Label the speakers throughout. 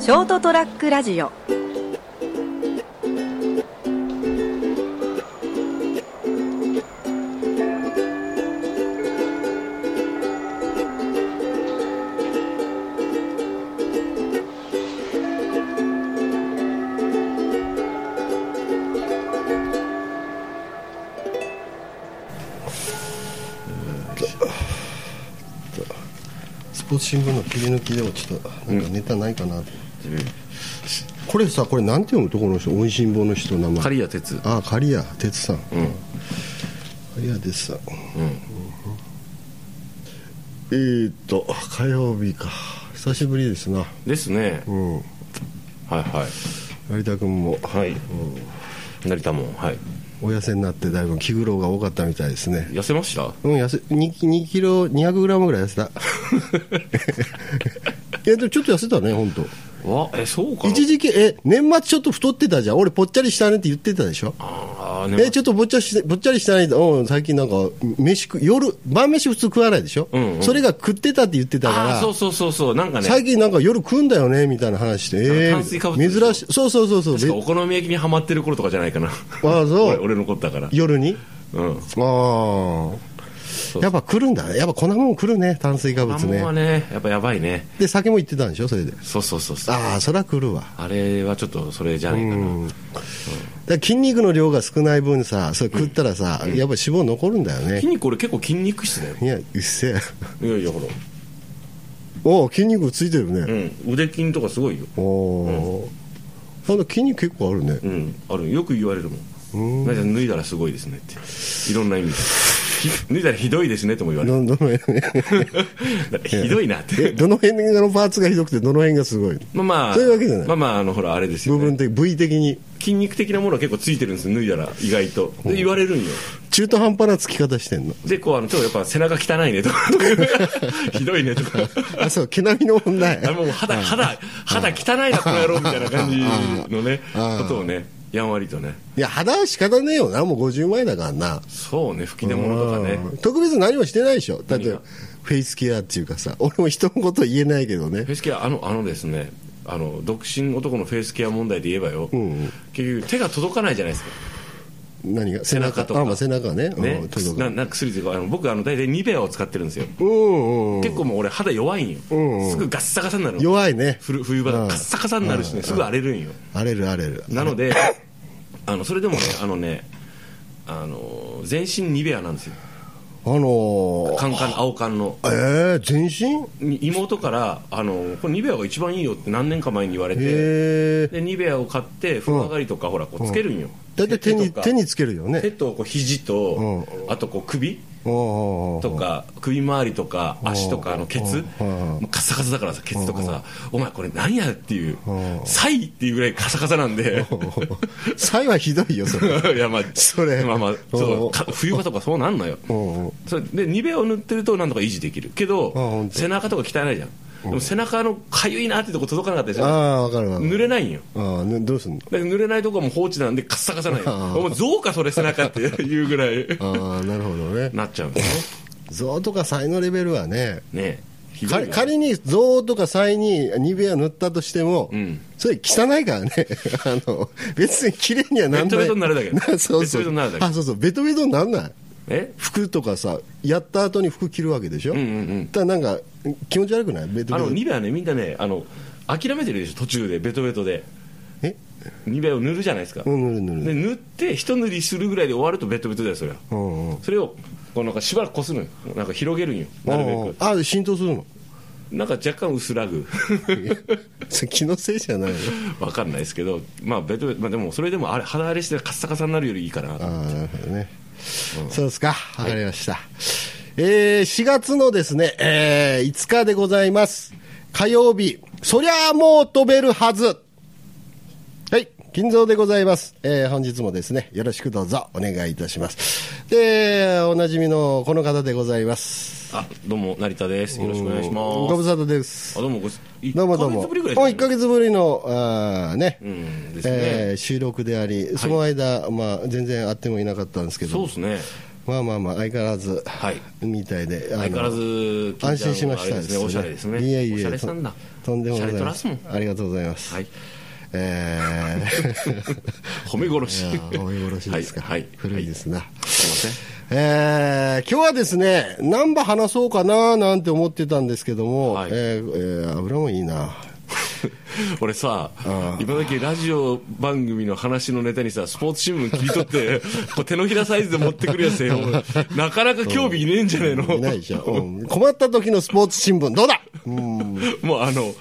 Speaker 1: ショートトラックラジオ
Speaker 2: スポーツ新聞の切り抜きでもちょっとなんかネタないかな、これさこれなんて読むとこの人おいしん坊の人の名前
Speaker 3: 刈谷哲
Speaker 2: ああ刈谷哲さん
Speaker 3: うん
Speaker 2: 刈谷哲さん
Speaker 3: うん
Speaker 2: えーっと火曜日か久しぶりですな
Speaker 3: ですね
Speaker 2: うん
Speaker 3: はいはい
Speaker 2: 有田君も
Speaker 3: はい、成田もはい
Speaker 2: お痩せになってだいぶ気苦労が多かったみたいですね
Speaker 3: 痩せまし
Speaker 2: う
Speaker 3: た
Speaker 2: ん痩せ 2, 2キロ2 0 0ムぐらい痩せた いやでもちょっと痩せたね本当。
Speaker 3: わえそうかな
Speaker 2: 一時期え年末ちょっと太ってたじゃん俺ぽっちゃりしたねって言ってたでしょ
Speaker 3: ああね
Speaker 2: えちょっとぼっちゃしぼっちゃりしてないと、うん、最近なんか飯食夜晩飯普通食わないでしょ、
Speaker 3: うんうん
Speaker 2: それが食ってたって言ってたか
Speaker 3: あ
Speaker 2: ら
Speaker 3: ーそうそうそうそうなんかね
Speaker 2: 最近なんか夜食うんだよねみたいな話して、え
Speaker 3: 炭水化物でしょ
Speaker 2: 珍しいそうそうそうそう
Speaker 3: 確か
Speaker 2: べ
Speaker 3: お好み焼きにハマってる頃とかじゃないかな
Speaker 2: ああそ
Speaker 3: 俺
Speaker 2: う
Speaker 3: 俺のことだから
Speaker 2: 夜に
Speaker 3: うん
Speaker 2: ああ
Speaker 3: う
Speaker 2: やっぱ来るんだねやっぱ粉もん来るね炭水化物
Speaker 3: 卵は
Speaker 2: ね
Speaker 3: ねやっぱやばいね
Speaker 2: で酒も言ってたんでしょそれで
Speaker 3: そうそうそうそう
Speaker 2: ああそりゃ来るわ
Speaker 3: あれはちょっとそれじゃないうかな、
Speaker 2: んだから筋肉の量が少ない分さそれ食ったらさ、やっぱ脂肪残るんだよね
Speaker 3: 筋肉俺結構筋肉質だよ
Speaker 2: いやうっせえ
Speaker 3: いやいやほら
Speaker 2: おお筋肉ついてるね、
Speaker 3: うん腕筋とかすごいよ
Speaker 2: おお、あの筋肉結構あるね
Speaker 3: うんあるよく言われるもんなんか脱いだらすごいですねっていろんな意味でひ脱いだらひどいですねとも言われる
Speaker 2: ど どの辺
Speaker 3: だから ひどいなっ
Speaker 2: え
Speaker 3: て
Speaker 2: どの辺のパーツがひどくてどの辺がすごいの
Speaker 3: まあまあ
Speaker 2: そういうわけじゃない
Speaker 3: まあまああのほらあれですよ、
Speaker 2: 部分
Speaker 3: ね、
Speaker 2: 的部位的に
Speaker 3: 筋肉的なものは結構ついてるんですよ脱いだら意外とで言われるんよ
Speaker 2: 中途半端なつき方してんの
Speaker 3: でこうあのちょっとやっぱ背中汚いねとか ひどいねとか
Speaker 2: あそう毛並みの問題
Speaker 3: あもう肌肌肌汚いなこの野郎みたいな感じのね
Speaker 2: あー
Speaker 3: ことをねやんわりとね
Speaker 2: いや肌は仕方ねえよなもう50前だからな
Speaker 3: そうね吹き出物とかね
Speaker 2: うん特別何もしてないでしょだっ
Speaker 3: 何
Speaker 2: て
Speaker 3: が
Speaker 2: フェイスケアっていうかさ俺も人のこと言えないけどね
Speaker 3: フェイスケアあのあのですねあの独身男のフェイスケア問題で言えばよ、
Speaker 2: んうん
Speaker 3: 結局手が届かないじゃないですか
Speaker 2: 何が背
Speaker 3: 背中
Speaker 2: 中
Speaker 3: とか
Speaker 2: あ、まあ、背中ねう
Speaker 3: ね
Speaker 2: ん、届
Speaker 3: な
Speaker 2: く
Speaker 3: なんか薬というかあの僕あの大体ニベアを使ってるんですよ、
Speaker 2: うんうん
Speaker 3: 結構もう俺肌弱いんよ、
Speaker 2: んうん
Speaker 3: すぐガッサガサになるの
Speaker 2: 弱いね
Speaker 3: ふる冬場
Speaker 2: う
Speaker 3: ガ
Speaker 2: ん
Speaker 3: ッサガサになるしね、
Speaker 2: うん
Speaker 3: すぐ荒れるんよ、
Speaker 2: 荒れる荒れる
Speaker 3: なのであのそれでもねあのねあの全身ニベアなんですよ
Speaker 2: あのー
Speaker 3: カンカン青缶の
Speaker 2: えー、全身
Speaker 3: に妹からあのこれニベアが一番いいよって何年か前に言われて
Speaker 2: へえ
Speaker 3: でニベアを買って風呂上がりとか、ほらこうつけるんよ、
Speaker 2: だって手に
Speaker 3: とか
Speaker 2: 手につけるよ
Speaker 3: 手
Speaker 2: ね
Speaker 3: とこう肘と、
Speaker 2: う
Speaker 3: あとこう首
Speaker 2: お
Speaker 3: とか首周りとか足とかのケツ
Speaker 2: うん
Speaker 3: もうカッサカサだからさケツとかさお前これ何やっていう
Speaker 2: うん
Speaker 3: サイっていうぐらいカサカサなんで
Speaker 2: サイはひどいよそれ
Speaker 3: いやまあ
Speaker 2: それ
Speaker 3: まあまあそうか冬場とかそうなんのよ
Speaker 2: うんうん
Speaker 3: それでニベアを塗ってるとなんとか維持できるけど
Speaker 2: 本当
Speaker 3: 背中とか汚いじゃんでも背中のかゆいなってとこ届かなかったじ
Speaker 2: あ
Speaker 3: ゃん
Speaker 2: あ分かる分か
Speaker 3: 濡
Speaker 2: る
Speaker 3: れないんよ
Speaker 2: ああぬどうすんの
Speaker 3: で濡れないとこはもう放置なんでカッサカサないよ
Speaker 2: あー
Speaker 3: お前象かそれ背中っていうぐらい
Speaker 2: ああなるほどね
Speaker 3: なっちゃうんですよ
Speaker 2: 象とかサイのレベルはね
Speaker 3: ねひど
Speaker 2: か
Speaker 3: いよ ね
Speaker 2: 仮に象とかサイにニベア塗ったとしても、
Speaker 3: ん
Speaker 2: それ汚いからね あの別に綺麗にはなんない
Speaker 3: ベトベトになるだけ
Speaker 2: そうそう
Speaker 3: ベトベトになるだけ
Speaker 2: あそうそうベトベトになんない
Speaker 3: え
Speaker 2: 服とかさやった後に服着るわけでしょ、
Speaker 3: んうんうん
Speaker 2: ただなんか気持ち悪くないベト
Speaker 3: あ
Speaker 2: ベ
Speaker 3: の
Speaker 2: ト
Speaker 3: ニベアねみんなねあの諦めてるでしょ途中でベトベトで
Speaker 2: え
Speaker 3: ニベアを塗るじゃないですか、
Speaker 2: うん塗る塗る
Speaker 3: で塗って一塗りするぐらいで終わるとベトベトだよそれは
Speaker 2: うんうん
Speaker 3: それをこうなんかしばらくこするのよなんか広げるんよなるべ
Speaker 2: ああ浸透するの
Speaker 3: くなんか若干薄らぐ
Speaker 2: それ気のせいじゃないの
Speaker 3: わかんないですけどまあベトベト、まあ、でもそれでもあれ肌荒れしてカッサカサになるよりいいかな
Speaker 2: ああなるほどね、そうですかわかりました、えー4月のですね、えー5日でございます火曜日そりゃあもう飛べるはずはい金蔵でございます、えー本日もですねよろしくどうぞお願いいたしますでおなじみのこの方でございます
Speaker 3: あどうも成田ですよろしくお願いします
Speaker 2: ご無沙汰です
Speaker 3: あどうもごす一
Speaker 2: どうもどう
Speaker 3: ヶ
Speaker 2: も。
Speaker 3: 月ぶりぐらい
Speaker 2: もう1ヶ月ぶりの、あーね、
Speaker 3: んですね
Speaker 2: えー収録であり、その間、まあ、全然会ってもいなかったんですけど、
Speaker 3: そうですね
Speaker 2: まあまあまあ、相変わらず、
Speaker 3: はい
Speaker 2: みたいで、
Speaker 3: 相変わらず金
Speaker 2: 安
Speaker 3: ちゃん
Speaker 2: 心しました
Speaker 3: あれですねおしゃれですね
Speaker 2: いえいえ、
Speaker 3: おしゃれさんだ
Speaker 2: ととんでもございま
Speaker 3: おしゃれ
Speaker 2: す
Speaker 3: と。らす
Speaker 2: ありがとうございます。
Speaker 3: はい
Speaker 2: え ー
Speaker 3: 褒め殺し
Speaker 2: いやーお見殺しですか、
Speaker 3: はい、はい、、
Speaker 2: 古いですすな。
Speaker 3: はい、すいません
Speaker 2: えー今日はですね、何番話そうかななんて思ってたんですけども、
Speaker 3: はい
Speaker 2: えーえー油もいいな。
Speaker 3: 俺さ、今だけラジオ番組の話のネタにさ、スポーツ新聞切り取って、 こう手のひらサイズで持ってくるやつよ、なかなか興味いねえんじゃねえの、
Speaker 2: いないでしょ。うん困った時のスポーツ新聞、どうだうん
Speaker 3: もうあの、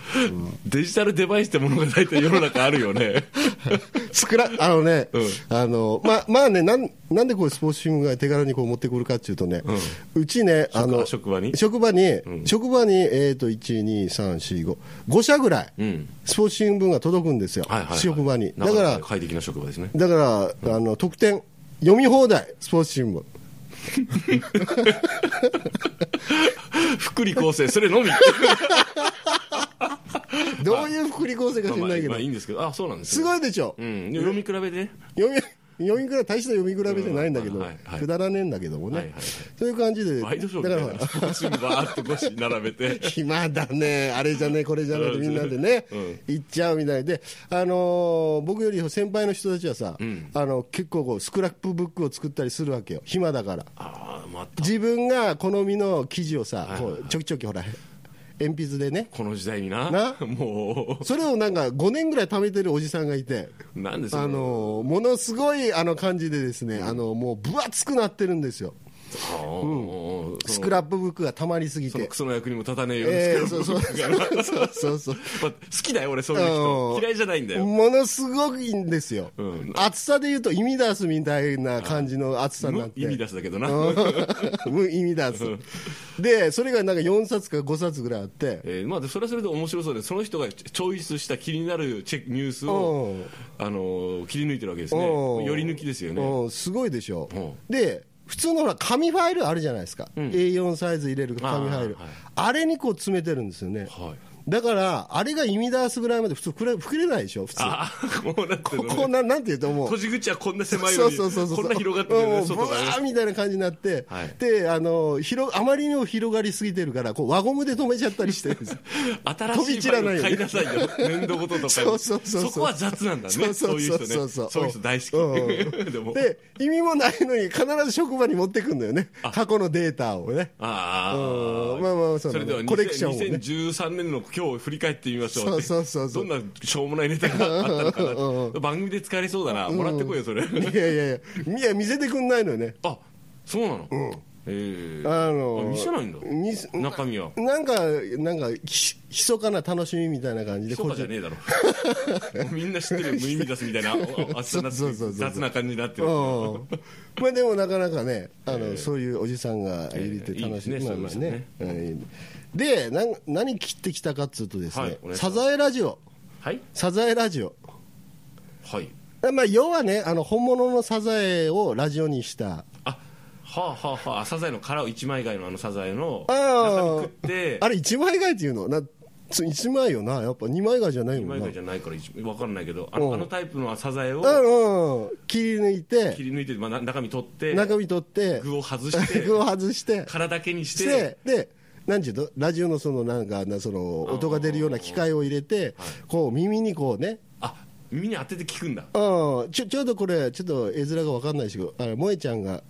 Speaker 3: デジタルデバイスってものが大体世の中あるよね、
Speaker 2: 作ら、あのね、
Speaker 3: う
Speaker 2: あの、ま、まあね、なん、なんでこうスポーツ新聞が手軽にこう持ってくるかっていうとね、うちね、あの、
Speaker 3: 職場に
Speaker 2: 職場に、職場に、えっ、と、1、2、3、4、5、5社ぐらい、
Speaker 3: うん
Speaker 2: スポーツ新聞が届くんですよ、
Speaker 3: はいはいはい、
Speaker 2: 職場に。だ
Speaker 3: な
Speaker 2: か
Speaker 3: からな、快適な職場ですね、
Speaker 2: だから、あの、特典、読み放題、スポーツ新聞。
Speaker 3: 福利厚生、それ のみ、
Speaker 2: どういう福利厚生か知
Speaker 3: まあ
Speaker 2: ら
Speaker 3: まあ
Speaker 2: ないけど
Speaker 3: まあ、いいんですけど、あそうなんです
Speaker 2: す
Speaker 3: ね
Speaker 2: ごいでしょ。
Speaker 3: うん、読み比べでね、
Speaker 2: 読み、読み比べ、大した読み比べじゃないんだけど、
Speaker 3: うんはいはい
Speaker 2: くだらねえんだけどもね。
Speaker 3: はいはいはい
Speaker 2: そういう感じで、
Speaker 3: ワイドショーみ
Speaker 2: だ
Speaker 3: た
Speaker 2: から
Speaker 3: い
Speaker 2: ほら
Speaker 3: な、スポーツ新聞バーっと腰並べて、
Speaker 2: 暇だね、あれじゃねえ、これじゃねえってみんなでね、行っちゃうみたいで、あのー僕より先輩の人たちはさ、あの結構こう、スクラップブックを作ったりするわけよ、暇だから。
Speaker 3: ああ、また
Speaker 2: 自分が好みの記事をさ、
Speaker 3: い
Speaker 2: こうちょきちょきほら、鉛筆でね、
Speaker 3: この時代にな、
Speaker 2: な
Speaker 3: も
Speaker 2: それをなんか5年ぐらい貯めてるおじさんがいて。
Speaker 3: う、なんです
Speaker 2: あ
Speaker 3: か、
Speaker 2: のーものすごいあの感じでですね、あのもう分厚くなってるんですよ、
Speaker 3: あーうんうん
Speaker 2: スクラップブックがたまりすぎ
Speaker 3: その
Speaker 2: て
Speaker 3: ク、ソの役にも立たねえように
Speaker 2: えー
Speaker 3: ス
Speaker 2: そう
Speaker 3: ク
Speaker 2: そ
Speaker 3: ラ
Speaker 2: う
Speaker 3: ップブックがな
Speaker 2: そうそうそう、
Speaker 3: まあ好きだよ俺そういう
Speaker 2: う
Speaker 3: 人
Speaker 2: ん
Speaker 3: 嫌いじゃないんだよ
Speaker 2: ものすごくいいんですよ、
Speaker 3: うん
Speaker 2: 厚さで言うと、イミダースみたいな感じの厚さにな
Speaker 3: 無
Speaker 2: って、
Speaker 3: 意味出すだけどな、
Speaker 2: うん無 意味だっすで、それがなんか4冊か5冊ぐらいあって、
Speaker 3: えーまあ、でそれはそれで面白そうでその人がチョイスした気になるチェックニュース
Speaker 2: う
Speaker 3: を
Speaker 2: ん、
Speaker 3: あのー切り抜いてるわけですね
Speaker 2: うん
Speaker 3: 寄り抜きですよね
Speaker 2: うんすごいでしょ
Speaker 3: うん。
Speaker 2: で、普通のほら紙ファイルあるじゃないですか、A4 サイズ入れる紙ファイル
Speaker 3: あーはい、
Speaker 2: あれにこう詰めてるんですよね。
Speaker 3: はい
Speaker 2: だから、あれがイミダースぐらいまで普通膨れ、膨れないでしょ、普通。
Speaker 3: ああこうなってるの、ね、
Speaker 2: こうな、なんて言うともう。
Speaker 3: 閉じ口はこんな狭い
Speaker 2: そ
Speaker 3: よ
Speaker 2: うそうそう
Speaker 3: に
Speaker 2: そう
Speaker 3: こんな広がってるよ
Speaker 2: も
Speaker 3: ね
Speaker 2: うブ
Speaker 3: 外
Speaker 2: ワ
Speaker 3: がね
Speaker 2: ーみたいな感じになって、
Speaker 3: はい
Speaker 2: であの広あまりにも広がりすぎてるからこう輪ゴムで止めちゃったりしてるんですよ
Speaker 3: 新しいバイク買いなさいよ、粘土ごととか
Speaker 2: そうそうそうそう
Speaker 3: そこは雑なん だね
Speaker 2: そうそうそうそう
Speaker 3: そういう人ねそういう人大好き、 でも
Speaker 2: で意味もないのに必ず職場に持ってくんだよね過去のデータを ね
Speaker 3: あ
Speaker 2: う
Speaker 3: あ
Speaker 2: んまあまあそうだね
Speaker 3: れでは
Speaker 2: コレクションをね
Speaker 3: 2013年の今日を振り返ってみましょうって
Speaker 2: そうそうそうそう
Speaker 3: どんなしょうもないネタがあったのかな番組で使えれそうだなもらってこいよそれ、
Speaker 2: いやいやいやいや見せてくんないのよね
Speaker 3: あそうなの、ええ
Speaker 2: あの
Speaker 3: 見せないんだ
Speaker 2: 見せ
Speaker 3: 中身は
Speaker 2: なんかなんかひひそかな楽しみみたいな感じで
Speaker 3: そうかじゃねえだろみんな知ってるよ無意味出すみたいなああそんな
Speaker 2: そうそうそうそう
Speaker 3: 雑な感じになってる
Speaker 2: うんまあでもなかなかねあの、そういうおじさんがいて楽しい,、
Speaker 3: ええいいですね
Speaker 2: まあまあ
Speaker 3: そういう
Speaker 2: ねうんでなん何切ってきたかっつうとですね、
Speaker 3: はいお願いし
Speaker 2: サ
Speaker 3: ます
Speaker 2: ザエラジオ
Speaker 3: はい
Speaker 2: サザエラジオ
Speaker 3: はい
Speaker 2: まあ要はねあの本物のサザエをラジオにした
Speaker 3: あはあはあはあサザエの殻を一枚貝のあのサザエの
Speaker 2: あ
Speaker 3: 中身食
Speaker 2: ー
Speaker 3: って
Speaker 2: あれ一枚貝っていうのなつ一枚よなやっぱ二枚貝じゃない
Speaker 3: 一
Speaker 2: もん
Speaker 3: 枚
Speaker 2: な
Speaker 3: 貝じゃないから一分かんないけどあ
Speaker 2: うん
Speaker 3: のあのタイプのサザエを
Speaker 2: うんうん切り抜い
Speaker 3: 切
Speaker 2: て
Speaker 3: り抜いて、まあ、な中身取って
Speaker 2: 中身取って
Speaker 3: 具を外して
Speaker 2: 具を外して
Speaker 3: 殻だけにして
Speaker 2: して、で、なんちゅうの、ラジオのそのなんか、なその音が出るような機械を入れて、こう耳にこうね、
Speaker 3: あ耳に当てて聞くんだ
Speaker 2: うん、ちょちょうどこれ、ちょっと絵面が分かんないですけど、あれ萌えちゃんが、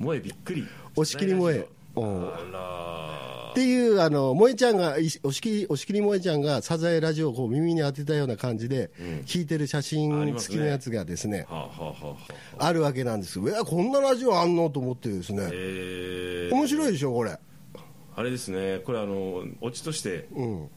Speaker 3: 萌えびっくり
Speaker 2: 押し切り萌え
Speaker 3: あ
Speaker 2: うん
Speaker 3: ら
Speaker 2: っていう、あの萌えちゃんが、い押し切り、押し切り萌えちゃんが、サザエラジオをこう耳に当てたような感じで、聞いてる写
Speaker 3: あり
Speaker 2: 真付
Speaker 3: ます
Speaker 2: き
Speaker 3: ね
Speaker 2: のやつがですね、
Speaker 3: ーはあはあはあはあ
Speaker 2: あるわけなんですうわこんなラジオあんのと思ってですね、
Speaker 3: えー、
Speaker 2: 面白いでしょ、これ。
Speaker 3: あれですねこれあのオチとして
Speaker 2: うん、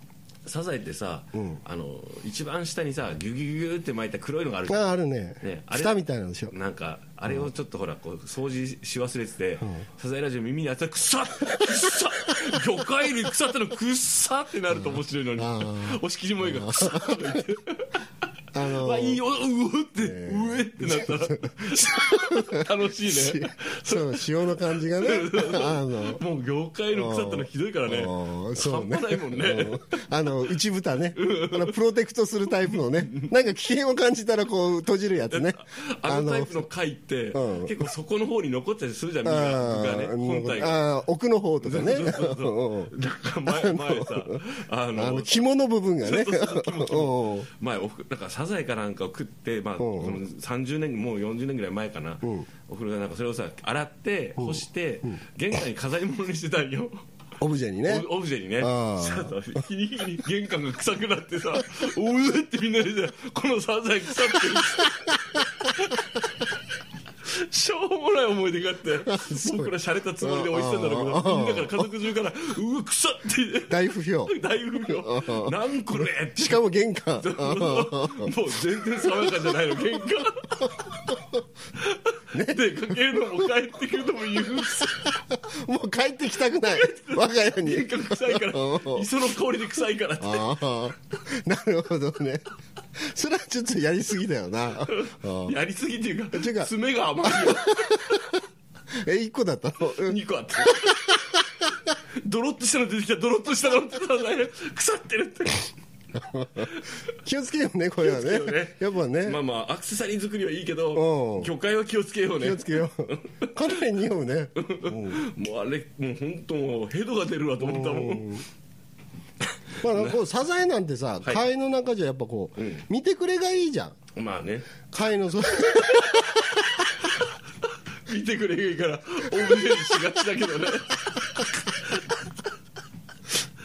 Speaker 3: サザエってさ、あの一番下にさギュギュギュギュって巻いた黒いのがあるじゃん
Speaker 2: ああるね
Speaker 3: ねあれ
Speaker 2: 蓋みたいなんでし ょ
Speaker 3: なんかあれをちょっとほらこう掃除し忘れてて、サザエラジオ耳に当たってくっさっくっさ っ魚介類腐ったのくっさってなると面白いのに、押し切り萌えがくっさっとか言って
Speaker 2: あのー
Speaker 3: わ、いいよ、うおって、うえってな ったら、楽しいね。
Speaker 2: そう、塩の感じ がね。あの、
Speaker 3: もう業界の腐ったのひどいからね
Speaker 2: うん。そう
Speaker 3: 半
Speaker 2: ね
Speaker 3: 端ないもん
Speaker 2: う
Speaker 3: ね
Speaker 2: ん。あの、内蓋ね。あの、プロテクトするタイプのね。なんか危険を感じたらこう、閉じるやつね。
Speaker 3: あのタイプの貝って、
Speaker 2: うん
Speaker 3: 結構そこの方に残ったりするじゃん、みんな
Speaker 2: あ
Speaker 3: がね、
Speaker 2: ー
Speaker 3: 本体が。
Speaker 2: あー奥の方とかね。
Speaker 3: そうそ
Speaker 2: うんう
Speaker 3: う
Speaker 2: ん
Speaker 3: そうだから前、前さ、あ
Speaker 2: あの
Speaker 3: の、
Speaker 2: 肝の部分がね。うんうん
Speaker 3: 前おふなんかサザエかなんかを食って、まあ、そ
Speaker 2: うん
Speaker 3: の30年もう40年ぐらい前かな、
Speaker 2: ん
Speaker 3: お風呂でなんかそれをさ洗って干して、玄関に飾り物にしてたんよ
Speaker 2: オブジェにね。
Speaker 3: オオブジェにね
Speaker 2: あー
Speaker 3: したらさ日に日に玄関が臭くなってさ 「おう!」ってみんなでさ「このサザエ腐って る」しょうもない思い出があって僕ら洒落たつもりで置いてたんだろうけどみんなから家族中から「うわ臭っ!」って
Speaker 2: 大不評。
Speaker 3: 大不評なんこれ!」って
Speaker 2: しかも玄関。
Speaker 3: もう全然爽やかじゃないの喧嘩でかけるのも帰ってくるのも言う
Speaker 2: もう帰ってきたくない。我が家に。
Speaker 3: 喧嘩臭いから磯の香りで臭いからって
Speaker 2: ああ、なるほどね。それはちょっとやりすぎだよな。
Speaker 3: やりすぎっていうか
Speaker 2: ていうか
Speaker 3: 爪が甘いよ
Speaker 2: え、一個だったのうん
Speaker 3: 2個あって ドロッとしたの出てきたドロッとしたのってたら腐ってるって
Speaker 2: 気をつけようね、これはね。
Speaker 3: 気をつけようね
Speaker 2: やっぱね、
Speaker 3: まあまあアクセサリー作りはいいけ
Speaker 2: う
Speaker 3: ど
Speaker 2: ん
Speaker 3: 魚介は気をつけようね
Speaker 2: 気をつけよう。かなり匂うね。
Speaker 3: もうあれもう本当もうヘドが出るわと思ったもん
Speaker 2: まあ、こう、サザエなんてさ、
Speaker 3: はい
Speaker 2: 貝の中じゃやっぱこう、見てくれがいいじゃん。
Speaker 3: まあね
Speaker 2: 貝の、そう、
Speaker 3: 見てくれいいからオブジェにしがちだけど ね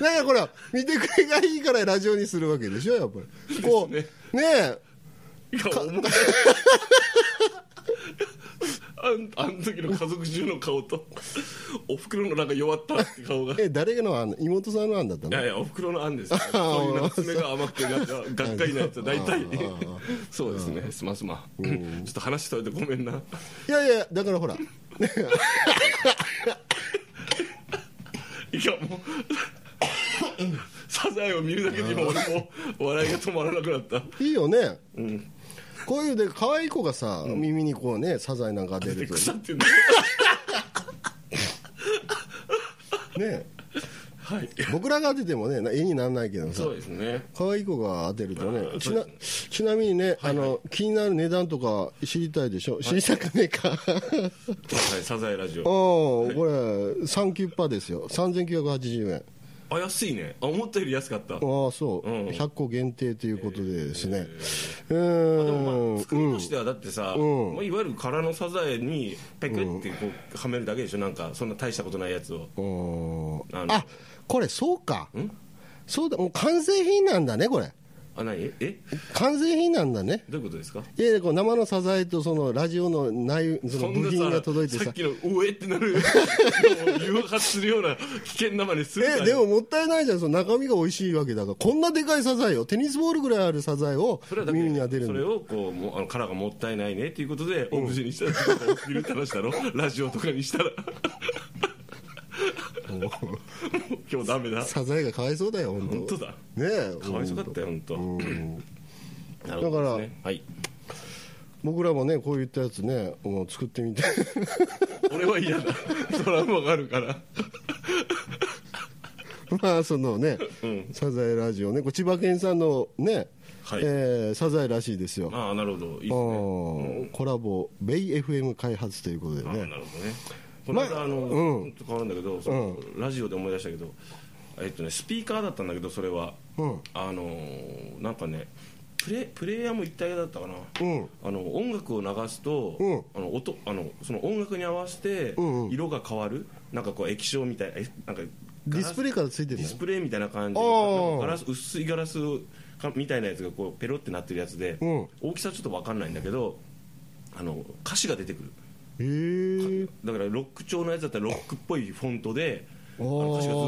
Speaker 2: なんかほら、見てくれがいいからラジオにするわけでしょ、やっぱり。こう、ね
Speaker 3: で
Speaker 2: え、
Speaker 3: いや重たいあん あん時の家族中の顔とおふくろのなんか弱ったって顔がい
Speaker 2: え、誰の案、妹さんの案だったの
Speaker 3: やいやおふくろ のあんですよそういうなんか爪が甘くてなんかがっかりなやつは大体そうですねすますまちょっと話しといてごめんない
Speaker 2: やいや、だからほら、
Speaker 3: いや もうサザエを見るだけで今俺も笑いが止まらなくな った
Speaker 2: いいよね。こういうで、可愛い子がさ、耳にこうね、サザエなんか出
Speaker 3: で
Speaker 2: ると。
Speaker 3: 腐ってんだ
Speaker 2: ね
Speaker 3: はい
Speaker 2: 僕らが当ててもねな絵にならないけどさ
Speaker 3: そうですね
Speaker 2: 可愛い子が当てるとねち
Speaker 3: そ
Speaker 2: なちなみにね、あの気になる値段とか知りたいでしょ知りたくねえ か
Speaker 3: はいサザエラジオ
Speaker 2: おおこれ3キュッパですよ3980円
Speaker 3: あ安いねあ思ったより安かった
Speaker 2: ああそう、
Speaker 3: うん
Speaker 2: 100個限定ということでですね、う
Speaker 3: でもまあ
Speaker 2: ーん
Speaker 3: 作りとしてはだってさ、
Speaker 2: うん
Speaker 3: まあ、いわゆる殻のサザエにペクってこうはめるだけでしょなんかそんな大したことないやつを
Speaker 2: うん
Speaker 3: あの
Speaker 2: あこれそうかそうだもう完成品なんだねこれ
Speaker 3: あ何え
Speaker 2: 完成品なんだね
Speaker 3: どういうことですか
Speaker 2: いやいやこう生のサザエとそのラジオの内その
Speaker 3: ん
Speaker 2: 部
Speaker 3: な
Speaker 2: 品が届いて
Speaker 3: さ
Speaker 2: さ
Speaker 3: っきの「おえ!」ってなる誘発するような危険なまでするか
Speaker 2: え、
Speaker 3: ら
Speaker 2: でももったいないじゃん、その中身が美味しいわけだから、こんなでかいサザエを、テニスボールぐらいあるサザエを
Speaker 3: それはだけ
Speaker 2: 耳に当てる
Speaker 3: そ
Speaker 2: んだ
Speaker 3: れをこうもうあの殻がもったいないねっていうことでオブジェにしたら、いるって 話だろラジオとかにしたらもう今日ダメだ
Speaker 2: サザエがかわいそうだよ、本当。
Speaker 3: 本当だ
Speaker 2: ねえ、
Speaker 3: かわいそうだったよ本当、なるほどですねはい
Speaker 2: 僕らもね、こういったやつね、もう作ってみて。
Speaker 3: 俺は嫌だ ドラマがあるから
Speaker 2: まあ、そのね、サザエラジオね、こう千葉県産のね、
Speaker 3: はい
Speaker 2: えーサザエらしいですよ。
Speaker 3: ああなるほどいいです
Speaker 2: あー
Speaker 3: ね
Speaker 2: コラボ、ベイ FM 開発ということで
Speaker 3: ああな
Speaker 2: ね。
Speaker 3: るほどねこの間あの、
Speaker 2: うん
Speaker 3: ちょっと変わるんだけどその、ラジオで思い出したけどえっとねスピーカーだったんだけどそれは、
Speaker 2: うん
Speaker 3: あのーなんかねプレプレイヤーも一体だったかな、
Speaker 2: うん
Speaker 3: あの音楽を流すと、
Speaker 2: うん
Speaker 3: あの音あのその音楽に合わせて
Speaker 2: んうん
Speaker 3: 色が変わる、なんかこう液晶みたいなえなんか
Speaker 2: ディスプレイからついてる
Speaker 3: デ
Speaker 2: ん
Speaker 3: ィ
Speaker 2: だ
Speaker 3: ス。プレイみたいな感じ
Speaker 2: あ
Speaker 3: で
Speaker 2: ー
Speaker 3: ガラス薄いガラスかみたいなやつがこうペロってなってるやつで、
Speaker 2: うん
Speaker 3: 大きさちょっと分かんないんだけどあの歌詞が出てくる
Speaker 2: へー
Speaker 3: だからロック調のやつだったらロックっぽいフォントであ
Speaker 2: あー
Speaker 3: の歌詞がずっ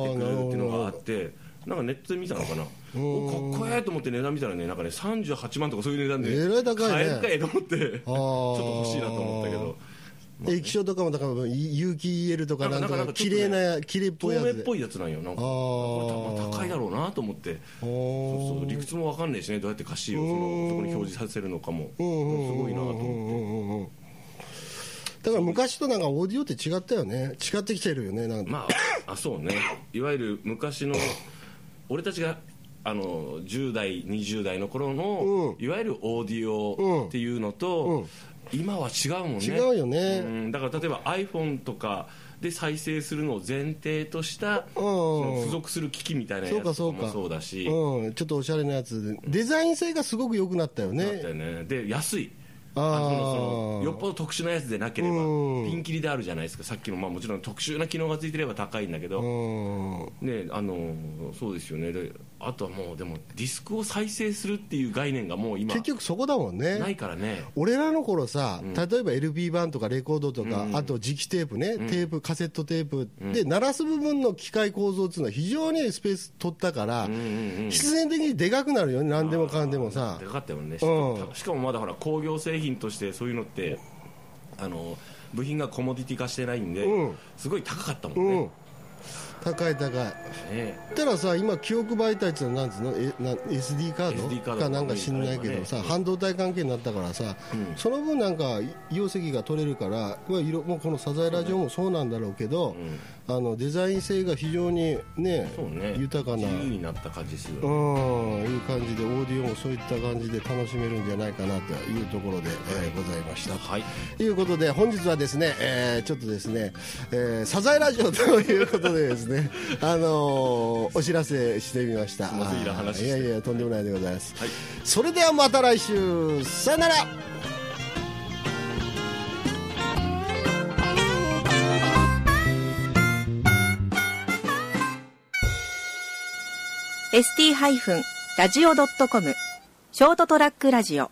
Speaker 3: と流れてくるっていうのがあってなんかネットで見たのかなおかっこええと思って値段見たらねなんかね38万とかそういう値段で
Speaker 2: えらい高いね
Speaker 3: 買えるかえと思ってちょっと欲しいなと思ったけど
Speaker 2: 液晶とかも、だから、有機 EL とか、なん
Speaker 3: なんかなん
Speaker 2: か、
Speaker 3: か
Speaker 2: 綺
Speaker 3: ちょっとね
Speaker 2: 麗な、綺麗っぽいや
Speaker 3: 透
Speaker 2: つ
Speaker 3: 明っ
Speaker 2: で。
Speaker 3: ぽいやつなんよなんか
Speaker 2: あー
Speaker 3: これ高いだろうなと思って
Speaker 2: おー
Speaker 3: そうそう理屈もわかんないしねどうやって歌詞をそのそこに表示させるのかもすごいなと思って
Speaker 2: だから昔となんかオーディオって違ったよね。違ってきてるよね、なんか。
Speaker 3: まああそうねいわゆる昔の俺たちがあの10代20代の頃の、
Speaker 2: うん
Speaker 3: いわゆるオーディオっていうのと、今は違うもんね
Speaker 2: 違うよね
Speaker 3: んだから例えば iPhone とかで再生するのを前提とした、その付属する機器みたいなやつと
Speaker 2: そう
Speaker 3: か
Speaker 2: かそうか
Speaker 3: もそうだし
Speaker 2: うん、ちょっとおしゃれなやつで。デザイン性がすごく良くなったよ
Speaker 3: だった
Speaker 2: ね。
Speaker 3: よねで安い
Speaker 2: あ
Speaker 3: あ
Speaker 2: ー
Speaker 3: のそのよっぽど特殊なやつでなければ
Speaker 2: うん
Speaker 3: ピンキリであるじゃないですかさっきの、まあ、もちろん特殊な機能がついてれば高いんだけど、
Speaker 2: うん。
Speaker 3: ねあのそうですよねであとはもうでもディスクを再生するっていう概念がもう今
Speaker 2: 結局そこだもんね。
Speaker 3: ないからね
Speaker 2: 俺らの頃さ、例えば LP 版とかレコードとか、あと磁気テープね、テープ、カセットテープ、で、鳴らす部分の機械構造っていうのは非常にスペース取ったから、必然的にでかくなるよね、何でもかんでもさ
Speaker 3: で。かかったよねしかも
Speaker 2: うん
Speaker 3: しかもまだほら工業製品としてそういうのってあの部品がコモディティ化してないんで、
Speaker 2: うん
Speaker 3: すごい高かったもん
Speaker 2: う
Speaker 3: ね
Speaker 2: ん。高い高い。
Speaker 3: ね
Speaker 2: ったらさ、今、記憶媒体ってのはなんつうの、えな SD カー
Speaker 3: SD カ
Speaker 2: ド
Speaker 3: ード
Speaker 2: かなんか知んないけどさ、
Speaker 3: うん
Speaker 2: 半導体関係になったからさ、その分なんか、容積が取れるから、まあ、いろもうこのサザエラジオもそうなんだろうけど、あのデザイン性が非常にね
Speaker 3: そうね
Speaker 2: 豊かな。
Speaker 3: 自由になった感じするよね
Speaker 2: うん、いう感じで、オーディオもそういった感じで楽しめるんじゃないかなというところで、えーございました。
Speaker 3: はい
Speaker 2: ということで、本日はですね、えーちょっとですね、えーサザエラジオということでです ね、あのーお知らせしてみました。
Speaker 3: ませんいらん話して
Speaker 2: いやいや、とんでもないでございます。
Speaker 3: はい
Speaker 2: それではまた来週、さよなら
Speaker 1: ST-radio.com ショートトラックラジオ